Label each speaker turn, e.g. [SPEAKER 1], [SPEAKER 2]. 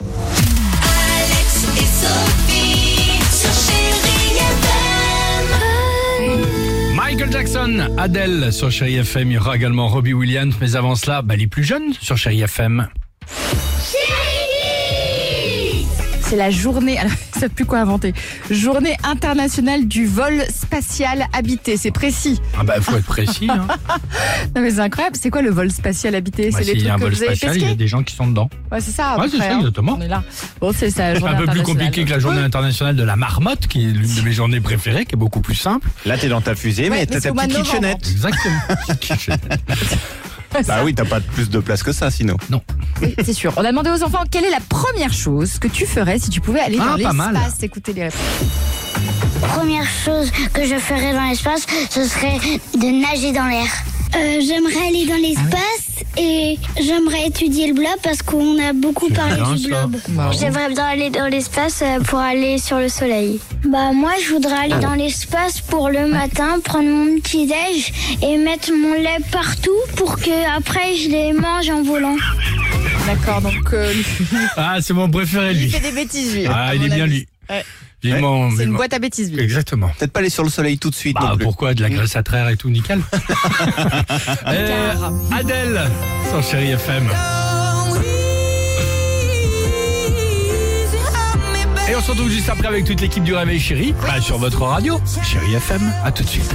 [SPEAKER 1] Alex et Sophie sur Chérie FM.
[SPEAKER 2] Michael Jackson, Adele sur Chéri FM, il y aura également Robbie Williams, mais avant cela, bah, les plus jeunes sur Chéri FM.
[SPEAKER 3] C'est la journée, alors ils savent plus quoi inventer. Journée internationale du vol spatial habité, c'est précis.
[SPEAKER 2] Ah bah faut être précis. Hein.
[SPEAKER 3] Non mais c'est incroyable, c'est quoi le vol spatial habité
[SPEAKER 2] Bah,
[SPEAKER 3] C'est
[SPEAKER 2] S'il
[SPEAKER 3] les
[SPEAKER 2] y
[SPEAKER 3] trucs
[SPEAKER 2] a un
[SPEAKER 3] que
[SPEAKER 2] vol
[SPEAKER 3] vous avez
[SPEAKER 2] spatial, il y a
[SPEAKER 3] pesqués
[SPEAKER 2] des gens qui sont dedans.
[SPEAKER 3] Ouais, c'est ça, à
[SPEAKER 2] Ouais,
[SPEAKER 3] peu
[SPEAKER 2] c'est
[SPEAKER 3] près,
[SPEAKER 2] ça,
[SPEAKER 3] hein.
[SPEAKER 2] exactement.
[SPEAKER 3] On est là. Bon, c'est ça,
[SPEAKER 2] C'est
[SPEAKER 3] journée
[SPEAKER 2] un peu plus
[SPEAKER 3] internationale.
[SPEAKER 2] compliqué que la journée internationale de la marmotte, qui est l'une de mes journées préférées, qui est beaucoup plus simple.
[SPEAKER 4] Là, t'es dans ta fusée,
[SPEAKER 3] Ouais,
[SPEAKER 4] mais
[SPEAKER 3] mais
[SPEAKER 4] t'as
[SPEAKER 3] c'est
[SPEAKER 4] ta
[SPEAKER 3] au mois de
[SPEAKER 4] petite
[SPEAKER 3] novembre.
[SPEAKER 4] kitchenette.
[SPEAKER 2] Exactement.
[SPEAKER 4] Bah oui, t'as pas plus de place que ça, sinon.
[SPEAKER 2] Bah
[SPEAKER 3] Oui, C'est sûr. On a demandé aux enfants quelle est la première chose que tu ferais si tu pouvais aller
[SPEAKER 2] Ah,
[SPEAKER 3] dans
[SPEAKER 2] pas mal.
[SPEAKER 3] l'espace, écouter les réponses.
[SPEAKER 5] première chose que je ferais dans l'espace, ce serait de nager dans l'air. Euh, Ah j'aimerais aller dans l'espace et j'aimerais étudier le blob parce qu'on a beaucoup parlé
[SPEAKER 2] bien,
[SPEAKER 5] du
[SPEAKER 2] ça.
[SPEAKER 5] blob.
[SPEAKER 3] Bah, ouais.
[SPEAKER 5] J'aimerais bien aller dans l'espace euh, pour aller sur le soleil. Bah moi je voudrais aller dans l'espace pour le matin, prendre mon petit déj et mettre mon lait partout pour que après je les mange en volant.
[SPEAKER 3] D'accord, donc euh,
[SPEAKER 2] Ah, c'est mon préféré,
[SPEAKER 3] il
[SPEAKER 2] lui.
[SPEAKER 3] fait des bêtises, lui.
[SPEAKER 2] Ah,
[SPEAKER 3] à
[SPEAKER 2] il
[SPEAKER 3] mon
[SPEAKER 2] est bien,
[SPEAKER 3] avis.
[SPEAKER 2] lui.
[SPEAKER 3] Ouais.
[SPEAKER 2] Vivement,
[SPEAKER 3] C'est une
[SPEAKER 2] vivement.
[SPEAKER 3] boîte à bêtises, lui.
[SPEAKER 2] Exactement.
[SPEAKER 4] Peut-être pas aller sur le soleil tout de suite
[SPEAKER 2] Bah,
[SPEAKER 4] non plus.
[SPEAKER 2] pourquoi de
[SPEAKER 3] Mm.
[SPEAKER 2] la graisse à traire et tout, nickel. Euh, Adèle sur Chéri FM. Et on se retrouve juste après avec toute l'équipe du Réveil Chéri, bah, sur votre radio. Chéri FM, à tout de suite.